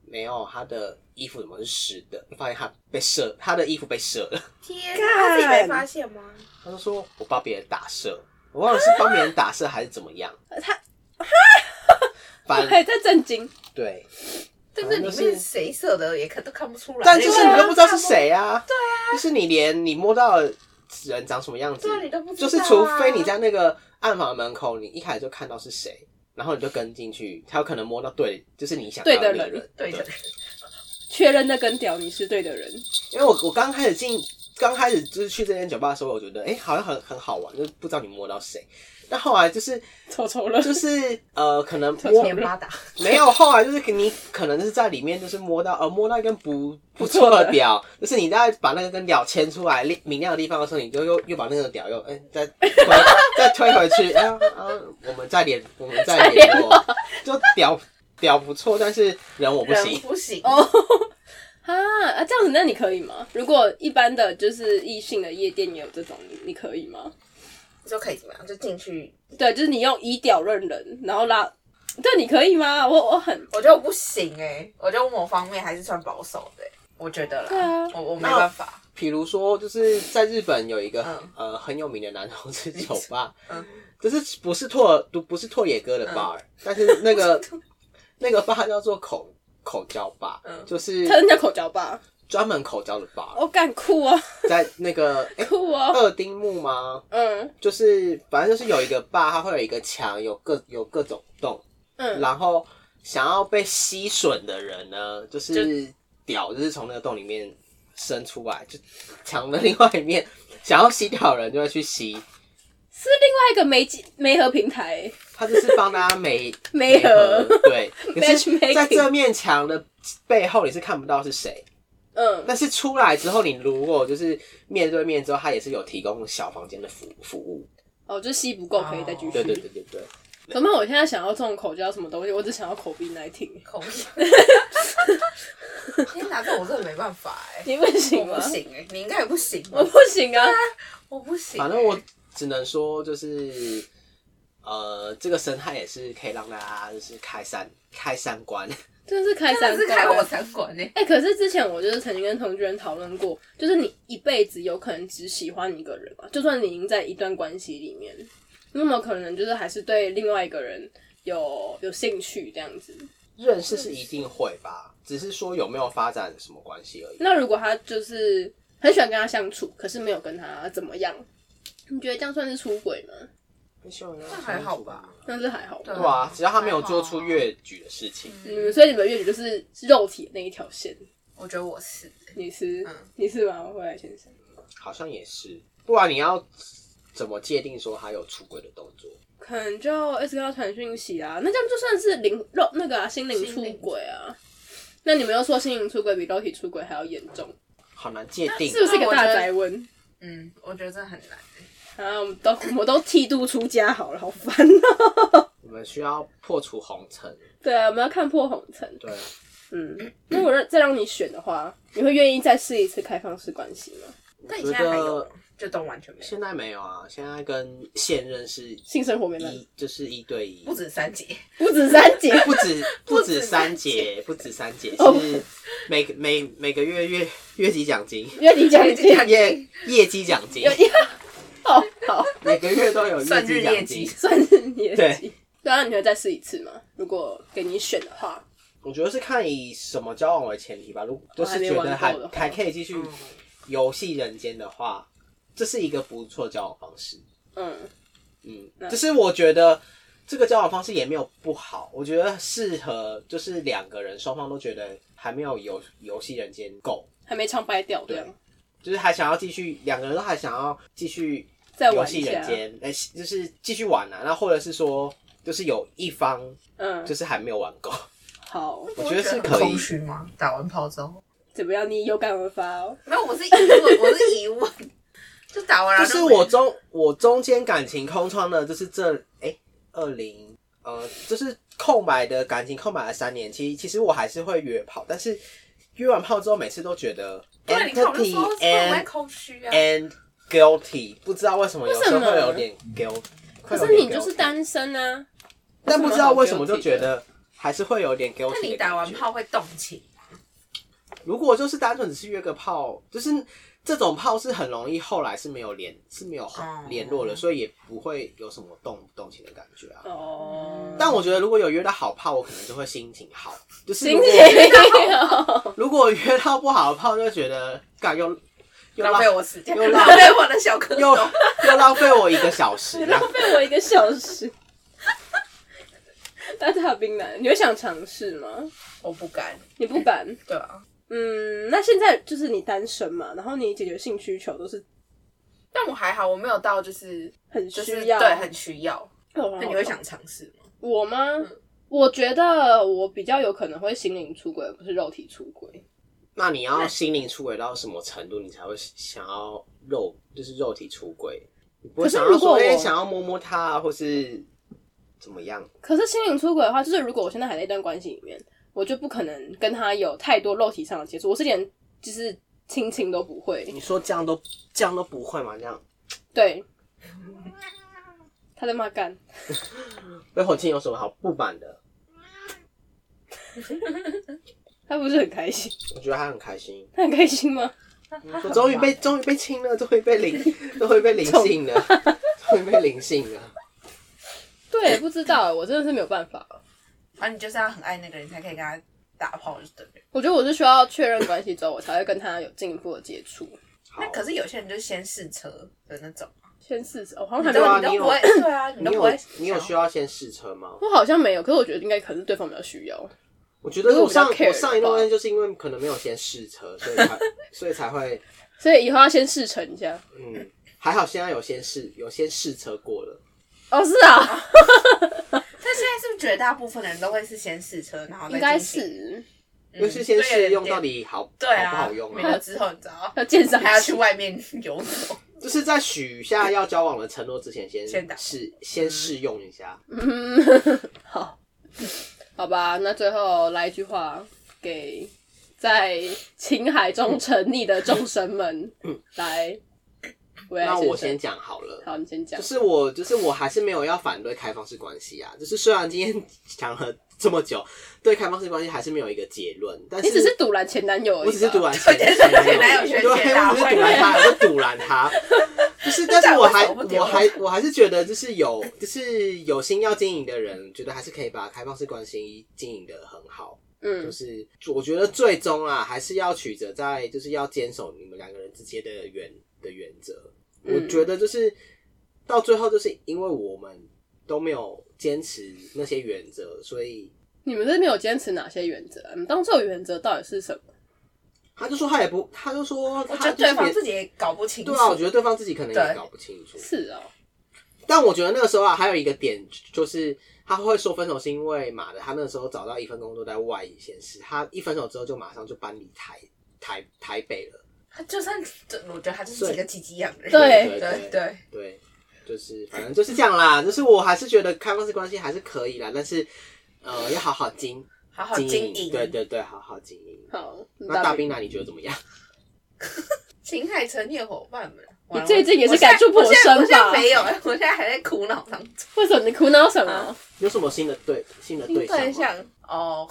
Speaker 3: 没有，他的衣服怎么是湿的？发现他被射，他的衣服被射了。
Speaker 2: 天
Speaker 4: 干
Speaker 2: 哪，他自己没发现吗？
Speaker 3: 他就说我帮别人打射，我忘了是帮别人打射还是怎么样。
Speaker 4: 他
Speaker 3: 反
Speaker 1: 还在震惊，
Speaker 3: 对，
Speaker 2: 但是里
Speaker 3: 反正
Speaker 2: 面
Speaker 3: 就是
Speaker 2: 谁射的也看都看不出来。
Speaker 3: 但就是
Speaker 2: 对啊
Speaker 3: 你都不知道是谁啊。对啊，就是你连你摸到的人长什么样子
Speaker 2: 对啊，你都不知道
Speaker 3: 就
Speaker 2: 啊
Speaker 3: 是除非你在那个暗房门口，你一开始就看到是谁，然后你就跟进去，才有可能摸到对，就是你想要
Speaker 1: 对的
Speaker 3: 那个
Speaker 1: 人
Speaker 3: 人。
Speaker 2: 对的，
Speaker 1: 确认那根屌你是对的人，
Speaker 3: 因为我我刚开始进，刚开始就是去这间酒吧的时候，我觉得哎、诶好像很很好玩，就是不知道你摸到谁。但后来就是
Speaker 1: 臭臭了，
Speaker 3: 就是呃，可能
Speaker 1: 偷
Speaker 3: 摸
Speaker 1: 偷
Speaker 2: 连八打，
Speaker 3: 没有，后来就是你可能是在里面就是摸到呃摸到一根不不错的屌，就是你在把那个根屌牵出来亮明亮的地方的时候，你就又又把那个屌又哎、再推 再推回去，啊啊，我们再联我们再联络，就屌屌不错，但是人我不
Speaker 2: 人
Speaker 3: 行，
Speaker 2: 不行。
Speaker 1: 哦，啊啊，这样子那你可以吗？如果一般的就是异性的夜店也有这种，你你可以吗？
Speaker 2: 你说可以怎么样？就进去，
Speaker 1: 对，就是你用以屌认人，然后拉，对，你可以吗？我我很
Speaker 2: 我觉得我不行哎、我觉得我某方面还是算保守的欸、我觉得啦，
Speaker 1: 对啊
Speaker 2: 我我没办法，
Speaker 3: 比如说，就是在日本有一个、
Speaker 2: 嗯
Speaker 3: 呃很有名的男同志酒吧，
Speaker 2: 嗯
Speaker 3: 就是不是拓不不是拓野哥的 bar，、但嗯是那个那个 bar 叫做口口交吧，
Speaker 2: 嗯
Speaker 3: 就是
Speaker 1: 他人家口交吧，
Speaker 3: 专门口交的 bar，、
Speaker 1: 我、敢酷哦，
Speaker 3: 在那个哎、
Speaker 1: 酷哦，
Speaker 3: 二丁目吗？
Speaker 1: 嗯
Speaker 3: 就是反正就是有一个 bar，它会有一个墙，有各有各种洞，
Speaker 1: 嗯，
Speaker 3: 然后想要被吸吮的人呢，就是屌，就是从那个洞里面伸出来，就墙的另外一面， 想要吸屌的人就会去吸。
Speaker 1: 是另外一个媒介媒合平台，
Speaker 3: 他就是帮大家 美
Speaker 1: 媒合
Speaker 3: 合，对。可是
Speaker 1: Matchmaking
Speaker 3: 在这面墙的背后，你是看不到是谁。
Speaker 1: 嗯，
Speaker 3: 但是出来之后，你如果就是面对面之后，他也是有提供小房间的服 服务。
Speaker 1: 哦，就吸不够可以再继续，
Speaker 3: 对对对对对，
Speaker 1: 怎么办？我现在想要这种口交什么东西，我只想要口 B nineteen，
Speaker 2: 口 译。天哪，这我真的没办法哎、
Speaker 1: 你不行
Speaker 2: 我
Speaker 1: 吗
Speaker 2: 不？行哎、你应该也不行吧
Speaker 1: 我不行啊，
Speaker 2: 我不行欸、
Speaker 3: 反正我只能说就是。呃，这个生态也是可以让大家就是开三开三观，
Speaker 1: 真的是开三
Speaker 2: 哎真的是开
Speaker 1: 关
Speaker 2: 我三馆呢、
Speaker 1: 哎、可是之前我就是曾经跟同居人讨论过，就是你一辈子有可能只喜欢一个人嘛，就算你已经在一段关系里面，你有没有可能就是还是对另外一个人有有兴趣这样子？
Speaker 3: 认识是一定会吧，只是说有没有发展什么关系而已。
Speaker 1: 那如果他就是很喜欢跟他相处，可是没有跟他怎么样，你觉得这样算是出轨吗？
Speaker 3: 很喜欢跟他
Speaker 2: 那还好吧嗯
Speaker 3: 相
Speaker 1: 那
Speaker 3: 处
Speaker 1: 是还好吧。
Speaker 3: 对啊，只要他没有做出越矩的事情，
Speaker 1: 你们所以你们越矩就是肉体的那一条线，
Speaker 2: 我觉得我是、
Speaker 1: 你是、
Speaker 2: 嗯
Speaker 1: 你是吗？未来先生，
Speaker 2: 啊
Speaker 3: 好像也是，不然你要怎么界定说他有出轨的动作？
Speaker 1: 可能就一直跟他传讯息啊，那这样就算是灵肉那个啊心灵出轨啊。那你们又说心灵出轨比肉体出轨还要严重，
Speaker 3: 好难界定
Speaker 1: 是。不是一个
Speaker 2: 我
Speaker 1: 大
Speaker 2: 觉得
Speaker 1: 宅问
Speaker 2: 嗯，我觉得这很难、欸。
Speaker 1: 啊？我们都我都剃度出家好了，好烦哦、
Speaker 3: 我们需要破除红尘，
Speaker 1: 对啊，我们要看破红尘。
Speaker 3: 对，啊
Speaker 1: 嗯，那我让再让你选的话，你会愿意再试一次开放式关系吗？
Speaker 2: 但你
Speaker 3: 觉
Speaker 2: 现在还有
Speaker 3: 得
Speaker 2: 吗，就都完全没有，
Speaker 3: 现在没有啊，现在跟现任是
Speaker 1: 性生活没问题，
Speaker 3: 一就是一对一，
Speaker 2: 不止三节，
Speaker 1: 不止三 节，
Speaker 3: 不止不止三节，不止三节
Speaker 2: 哦
Speaker 3: 是每个每每个月月月绩奖金，
Speaker 1: 因为你讲一句，
Speaker 3: 业业绩奖金，
Speaker 1: 好好哦
Speaker 3: 每个月都有业
Speaker 2: 算
Speaker 3: 绩
Speaker 2: 日
Speaker 3: 奖
Speaker 2: 业
Speaker 3: 金
Speaker 2: 绩。
Speaker 1: 算是你的
Speaker 3: 对
Speaker 1: 题。对啊，你会再试一次吗？如果给你选的话，
Speaker 3: 我觉得是看以什么交往为前提吧。如
Speaker 2: 哦
Speaker 3: 果就是觉得
Speaker 1: 还没玩
Speaker 3: 还
Speaker 1: 够的话
Speaker 3: 还可以继续游戏人间的话，这是一个不错的交往方式。
Speaker 1: 嗯，
Speaker 3: 嗯，
Speaker 1: 那
Speaker 3: 就是我觉得这个交往方式也没有不好，我觉得适合就是两个人双方都觉得还没有游游戏人间够，
Speaker 1: 还没唱白调这样
Speaker 3: 对，就是还想要继续两个人都还想要继续
Speaker 1: 再
Speaker 3: 游
Speaker 1: 玩
Speaker 3: 戏
Speaker 1: 一
Speaker 3: 人
Speaker 1: 下。
Speaker 3: 间，哎、就是继续玩啊。那或者是说，就是有一方
Speaker 1: 嗯，
Speaker 3: 就是还没有玩够，
Speaker 1: 好，
Speaker 3: 我觉得是
Speaker 2: 很
Speaker 3: 可以
Speaker 2: 空。虚吗？打完炮之后，
Speaker 1: 怎么样？你有感而发哦。
Speaker 2: 没有，我是疑问，我是疑问， 就打完
Speaker 3: 就
Speaker 2: 了。
Speaker 3: 是我中我中间感情空窗的，就是这哎二零呃，就是空白的感情空白了三年，其实其实我还是会约炮，但是约完炮之后，每次都觉得
Speaker 2: 对，啊你看我就
Speaker 3: empty
Speaker 2: 说，我在
Speaker 3: and
Speaker 2: 空虚啊。
Speaker 3: and guilty，不知道为什么有时候
Speaker 1: 为什么
Speaker 3: 会有点 guilt，
Speaker 1: 可
Speaker 3: 可
Speaker 1: 是你就是，单身啊，
Speaker 3: 但不知道为什么
Speaker 1: 有什么好
Speaker 3: 就觉得还是会有点给我。
Speaker 2: 那你打完炮会动情？
Speaker 3: 如果就是单纯只是约个炮，就是这种炮是很容易后来是没有联是没有
Speaker 2: 哦
Speaker 1: 嗯
Speaker 3: 联络的，所以也不会有什么动不动情的感觉啊。
Speaker 1: 哦，
Speaker 2: 嗯
Speaker 3: 但我觉得如果有约到好炮，我可能就会心情好，就是
Speaker 1: 心
Speaker 3: 如果
Speaker 1: 情好，
Speaker 3: 如果约到不好的炮，就觉得干又又
Speaker 2: 浪
Speaker 3: 浪
Speaker 2: 费我时间，
Speaker 3: 又
Speaker 2: 浪
Speaker 3: 浪
Speaker 2: 费我的小蝌
Speaker 3: 又
Speaker 2: 蚪。
Speaker 3: 又浪费我一个小 时啊。
Speaker 1: 浪费我一个小时。那大冰男，你会想尝试吗？
Speaker 2: 我不敢，
Speaker 1: 你不敢？
Speaker 2: 对啊。
Speaker 1: 嗯，那现在就是你单身嘛，然后你解决性需求都是
Speaker 2: 但我还好，我没有到就是
Speaker 1: 很
Speaker 2: 就是
Speaker 1: 需要，
Speaker 2: 对很需要。
Speaker 1: 哦
Speaker 2: 那你会想尝试吗？
Speaker 1: 我吗？
Speaker 3: 嗯
Speaker 1: 我觉得我比较有可能会心灵出轨，不是肉体出轨。
Speaker 3: 那你要心灵出轨到什么程度，你才会想要肉，就是肉体出轨？你不会
Speaker 1: 可是
Speaker 3: 想要
Speaker 1: 如果
Speaker 3: 说，
Speaker 1: 我
Speaker 3: 哎、想要摸摸他啊，或是怎么样？
Speaker 1: 可是心灵出轨的话，就是如果我现在还在一段关系里面，我就不可能跟他有太多肉体上的接触，我是连就是亲亲都不会。
Speaker 3: 你说这样都这样都不会吗？这样
Speaker 1: 对，他在骂干，
Speaker 3: 对火庆有什么好不满的？
Speaker 1: 他不是很开心？
Speaker 3: 我觉得他很开心，
Speaker 1: 他很开心吗？
Speaker 3: 我终于被终于被亲了，终于被 灵，终于被灵性了， 终于被灵性了。
Speaker 1: 对，不知道，欸我真的是没有办法。
Speaker 2: 啊，你就是要很爱那个人才可以跟他打炮，就对了。
Speaker 1: 我觉得我是需要确认关系之后，我才会跟他有进一步的接触。
Speaker 3: 好
Speaker 2: 那，可是有些人就是先试车的那种，
Speaker 1: 先试试，我好像还
Speaker 2: 你
Speaker 1: 没
Speaker 2: 都
Speaker 1: 有
Speaker 3: 对啊
Speaker 2: 你都不会，对啊，你
Speaker 3: 你有 你
Speaker 2: 都不
Speaker 3: 有
Speaker 2: 会。
Speaker 3: 你有需要先试车吗？
Speaker 1: 我好像没有，可是我觉得应该可能是对方比较需要。
Speaker 3: 我觉得
Speaker 1: 如果
Speaker 3: 我
Speaker 1: 比较
Speaker 3: 上
Speaker 1: care
Speaker 3: 我上一
Speaker 1: 的话
Speaker 3: 段关系就是因为可能没有先试车，所以才 所以才会
Speaker 1: 所以以后要先试乘一下。
Speaker 3: 嗯，还好现在有先试有先试车过了。
Speaker 1: 哦，是啊，
Speaker 2: 但现在是不是绝大部分的人都会是先试车，然后再
Speaker 1: 应该
Speaker 2: 进行
Speaker 1: 是
Speaker 2: 嗯
Speaker 3: 尤其先试用到
Speaker 2: 对
Speaker 3: 底好
Speaker 2: 对啊，
Speaker 3: 好不好用
Speaker 2: 没
Speaker 3: 啊？
Speaker 2: 了之后，你知道
Speaker 1: 要鉴赏
Speaker 2: 还要
Speaker 1: 期
Speaker 2: 去外面游走。
Speaker 3: 就是在许下要交往的承诺之前，先
Speaker 2: 先打
Speaker 3: 试先试用一下。
Speaker 1: 嗯，好，好吧，那最后来一句话给在情海中沉溺的众生们，
Speaker 2: 嗯
Speaker 1: 来，维埃
Speaker 3: 那我
Speaker 1: 先
Speaker 3: 先
Speaker 1: 生，
Speaker 3: 讲好了。
Speaker 1: 好，你先讲
Speaker 3: 就，是我，就是我还是没有要反对开放式关系啊。就是虽然今天 讲了这么久，对开放式关系还是没有一个结论，但
Speaker 1: 你只是堵拦前男友而已吧，
Speaker 3: 我只是读完
Speaker 2: 对
Speaker 3: 前
Speaker 2: 前男友学姐
Speaker 3: 对，我只是
Speaker 2: 大会
Speaker 3: 堵拦他，我就堵拦他。就是，但是我还
Speaker 2: 但我手不丢
Speaker 3: 我还我还是觉得，就是有就是有心要经营的人，觉得还是可以把开放式关系经营的很好。就
Speaker 1: 嗯，
Speaker 3: 是我觉得最终啊，还是要取择在就是要坚守你们两个人之间的原的原则。
Speaker 1: 嗯
Speaker 3: 我觉得就是到最后，就是因为我们都没有坚持那些原则，所以
Speaker 1: 你们是没有坚持哪些原则啊？你们当做原则到底是什么？
Speaker 3: 他就说他也不，他就说
Speaker 2: 我觉
Speaker 3: 他
Speaker 2: 得
Speaker 3: 就是
Speaker 2: 哦对方
Speaker 3: 也
Speaker 2: 自己也搞不清楚。
Speaker 3: 对啊，我觉得对方自己可能
Speaker 2: 对
Speaker 3: 也搞不清楚。
Speaker 1: 是哦，
Speaker 3: 但我觉得那个时候啊，还有一个点就是他会说分手是因为马的，他那个时候找到一份工作在外县市，他一分手之后就马上就搬离台台台北了。
Speaker 2: 他就算，就我觉得他就是几个鸡鸡一样的人。
Speaker 1: 对
Speaker 2: 对
Speaker 3: 对对
Speaker 2: 对，
Speaker 3: 对，就是反正就是这样啦。就是我还是觉得开放式关系还是可以啦，但是呃要好好经
Speaker 2: 好好
Speaker 3: 经
Speaker 2: 经
Speaker 3: 营，
Speaker 2: 营。
Speaker 3: 对对对，好好经营。
Speaker 1: 好，
Speaker 3: 那大兵，那你觉得怎么样？
Speaker 2: 秦海城的伙伴们，完了
Speaker 1: 你最近也是
Speaker 2: 我现在
Speaker 1: 感触颇深吧
Speaker 2: 我现在我现在没有， 我现在还在苦恼当中。
Speaker 1: 为什么你苦恼什
Speaker 2: 啊
Speaker 1: 么？
Speaker 3: 有什么新的对新的
Speaker 2: 新
Speaker 3: 象吗？
Speaker 2: 象哦，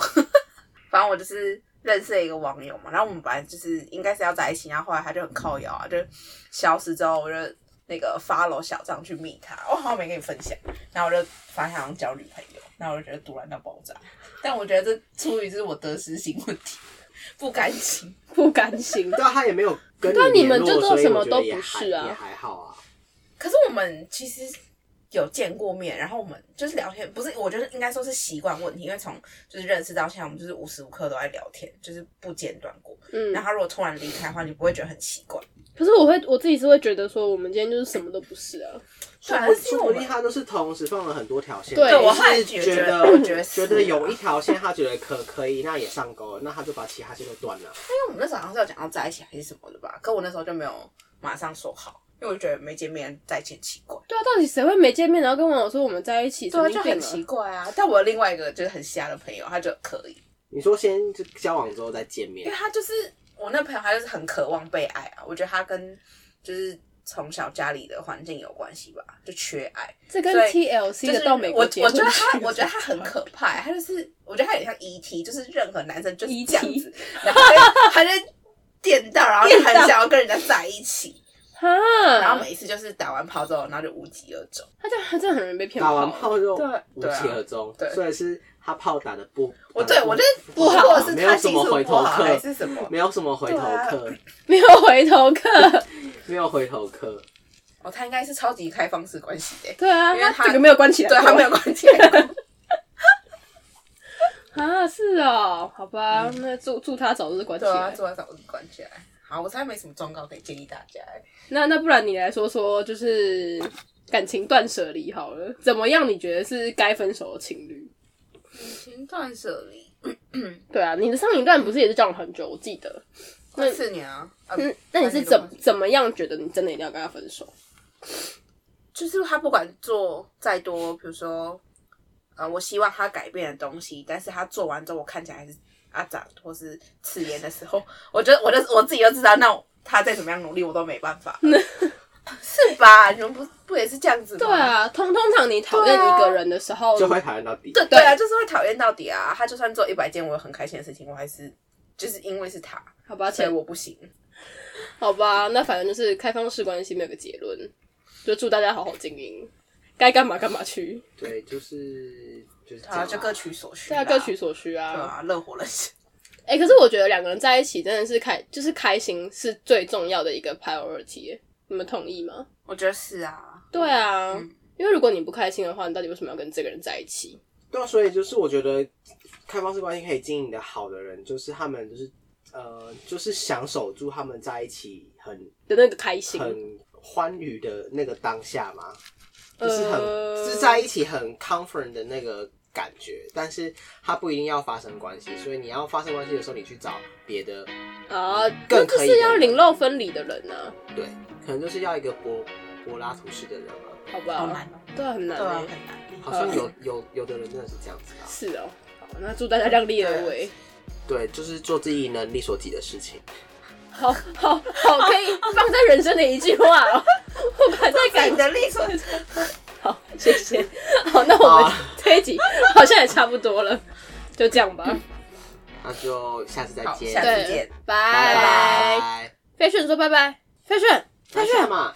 Speaker 2: 反正我就是认识了一个网友嘛，然后我们本来就是应该是要在一起，然后后来他就很靠摇啊，就消失之后，我就那个 follow 小张去密他，我好像没跟你分享，然后我就发现他好像交女朋友，然后我就觉得突然到爆炸，但我觉得这出于就是我得失心问题，不甘心。
Speaker 1: 不甘 心
Speaker 3: 对，啊，他也没有跟
Speaker 1: 对啊
Speaker 3: 你
Speaker 1: 你们
Speaker 3: 联络
Speaker 1: 就
Speaker 3: 所以
Speaker 1: 什
Speaker 3: 我
Speaker 1: 么
Speaker 3: 觉
Speaker 1: 都
Speaker 3: 得也
Speaker 1: 不
Speaker 3: 还
Speaker 1: 是啊
Speaker 3: 也还好啊。
Speaker 2: 可是我们其实有见过面，然后我们就是聊天，不是我觉得应该说是习惯问题，因为从就是认识到现在，我们就是无时无刻都在聊天，就是不间断过。
Speaker 1: 嗯
Speaker 2: 然，后他如果突然离开的话，你不会觉得很奇怪。
Speaker 1: 可是我会我自己是会觉得说，我们今天就是什么都不是啊，
Speaker 2: 对
Speaker 3: 说
Speaker 2: 啊
Speaker 3: 不
Speaker 2: 是因
Speaker 3: 说
Speaker 2: 为
Speaker 3: 不
Speaker 2: 我
Speaker 3: 定他都是同时放了很多条线。
Speaker 1: 对
Speaker 3: 就
Speaker 1: 我
Speaker 2: 后来
Speaker 3: 是
Speaker 2: 觉
Speaker 3: 觉
Speaker 2: 得我觉得是
Speaker 3: 觉得有一条线他觉得可可以，那也上钩了，那他就把其他线都断了。
Speaker 2: 因为我们那时候好像是有讲到在一起还是什么的吧，可我那时候就没有马上说好，因为我就觉得没见面在一起很奇怪。
Speaker 1: 对啊，到底谁会没见面然后跟网友说我们在一起？
Speaker 2: 对啊，
Speaker 1: 神经
Speaker 2: 就
Speaker 1: 病
Speaker 2: 很奇怪啊。但我另外一个就是很瞎的朋友，他就可以，
Speaker 3: 你说先就交往之后再见
Speaker 2: 因
Speaker 3: 面
Speaker 2: 为，他就是我那朋友，他就是很渴望被爱啊。我觉得他跟就是从小家里的环境有关系吧，就缺爱。
Speaker 1: 这跟
Speaker 2: 所以
Speaker 1: TLC
Speaker 2: 就是
Speaker 1: 的到美
Speaker 2: 我
Speaker 1: 国
Speaker 2: 我
Speaker 1: 结
Speaker 2: 觉
Speaker 1: 婚
Speaker 2: 得他
Speaker 1: 去，
Speaker 2: 我觉得他很可怕，欸他就是我觉得他有点像 E.T.，就是任何男生就是这样
Speaker 1: E.T.
Speaker 2: 子，然后他就他就电到，然后就很
Speaker 1: 电到嗯
Speaker 2: 想要跟人家在一起，
Speaker 1: 哈，
Speaker 2: 然后每一次就是打完炮之后，然后就无疾而终。
Speaker 1: 他就他真的很容易被骗
Speaker 3: 打完
Speaker 1: 炮
Speaker 3: 炮就
Speaker 2: 对
Speaker 3: 无
Speaker 2: 对啊
Speaker 3: 疾而终
Speaker 2: 对，
Speaker 3: 所以是他炮打的不，
Speaker 2: 我
Speaker 3: 打
Speaker 2: 对
Speaker 3: 得
Speaker 2: 我觉得
Speaker 3: 不好
Speaker 2: 或者是
Speaker 3: 没有
Speaker 2: 他
Speaker 3: 什
Speaker 2: 技
Speaker 3: 么
Speaker 2: 术
Speaker 3: 回
Speaker 2: 不
Speaker 3: 头
Speaker 2: 好还
Speaker 3: 客，
Speaker 2: 是什么？
Speaker 3: 没有什么回头客，
Speaker 1: 没有回头客，
Speaker 3: 没有回头客，
Speaker 2: 哦，他应该是超级开放式关系的，欸
Speaker 1: 对啊，
Speaker 2: 因为他
Speaker 1: 整个没有关起来
Speaker 2: 对
Speaker 1: 过，
Speaker 2: 他没有关系。
Speaker 1: 啊，是哦，好吧，那祝祝他早日关起
Speaker 2: 对啊，
Speaker 1: 来。
Speaker 2: 做完早就关起来。好，我才没什么忠告可以建议大家。
Speaker 1: 那那不然你来说说，就是感情断舍离好了，怎么样？你觉得是该分手的情侣？
Speaker 2: 情断舍离，
Speaker 1: 对啊，你的上一段不是也是交往很久，我记得。那
Speaker 2: 快四年啊，啊
Speaker 1: 嗯，那你是
Speaker 2: 三年多
Speaker 1: 怎
Speaker 2: 吗
Speaker 1: 怎么样觉得你真的一定要跟他分手？
Speaker 2: 就是他不管做再多，比如说，呃，我希望他改变的东西，但是他做完之后，我看起来还是阿长或是刺眼的时候，我觉得我就我自己就知道，那我他再怎么样努力，我都没办法，是吧？你们不不也是这样子吗？
Speaker 1: 对，啊，通通常你讨厌
Speaker 2: 对啊
Speaker 1: 一个人的时候，
Speaker 3: 就会讨厌到底。
Speaker 2: 对对啊，就是会讨厌到底啊！他就算做一百件我很开心的事情，我还是就是因为是他，
Speaker 1: 好吧，
Speaker 2: 所以
Speaker 1: 且
Speaker 2: 我不行。
Speaker 1: 好吧，那反正就是开放式关系没有个结论，就祝大家好好经营，该干嘛干嘛去，
Speaker 3: 对，就是就是这
Speaker 2: 啊，
Speaker 3: 样
Speaker 2: 就各取所需
Speaker 1: 大
Speaker 2: 啦，
Speaker 1: 家各取所需
Speaker 2: 对
Speaker 1: 啊。
Speaker 2: 啊，乐活了是。
Speaker 1: 哎、可是我觉得两个人在一起真的是开，就是开心是最重要的一个 priority，耶你们同意吗？
Speaker 2: 我觉得是啊，
Speaker 1: 对啊，
Speaker 2: 嗯
Speaker 1: 因为如果你不开心的话，你到底为什么要跟这个人在一起？
Speaker 3: 对啊，所以就是我觉得开放式关系可以经营的好的人，就是他们就是呃，就是享受住他们在一起很
Speaker 1: 的那个开心，
Speaker 3: 很欢愉的那个当下嘛，
Speaker 1: 呃
Speaker 3: 就是很、就是在一起很 comfort 的那个感觉，但是他不一定要发生关系，所以你要发生关系的时候，你去找别的，
Speaker 1: 啊，那
Speaker 3: 更
Speaker 1: 就
Speaker 3: 可以
Speaker 1: 是要
Speaker 3: 的
Speaker 1: 零肉分离的人啊，
Speaker 3: 对，可能就是要一个柏柏拉图式的人嘛，
Speaker 1: 好吧？
Speaker 2: 好难哦，
Speaker 1: 对啊，很难、
Speaker 2: 对啊，
Speaker 1: 欸
Speaker 2: 很难。
Speaker 3: 好像有有有的人真的是这样子啊，
Speaker 1: 是哦。好，那祝大家量力而为。
Speaker 3: 对，就是做自己能力所及的事情。
Speaker 1: 好好好，可以放在人生的一句话哦。 我把这
Speaker 2: 自己
Speaker 1: 感
Speaker 2: 的力所
Speaker 1: 好，谢谢。好，那我们
Speaker 3: 好啊
Speaker 1: 这一集好像也差不多了，就这样
Speaker 3: 嗯
Speaker 1: 吧。
Speaker 3: 那就下次再
Speaker 2: 好
Speaker 3: 见，
Speaker 2: 下次
Speaker 1: 对
Speaker 2: 见
Speaker 1: 拜
Speaker 3: 拜拜。
Speaker 1: 飞顺说拜拜，飞顺，
Speaker 3: 快
Speaker 1: 飞
Speaker 3: 去
Speaker 1: 顺，
Speaker 3: 嘛！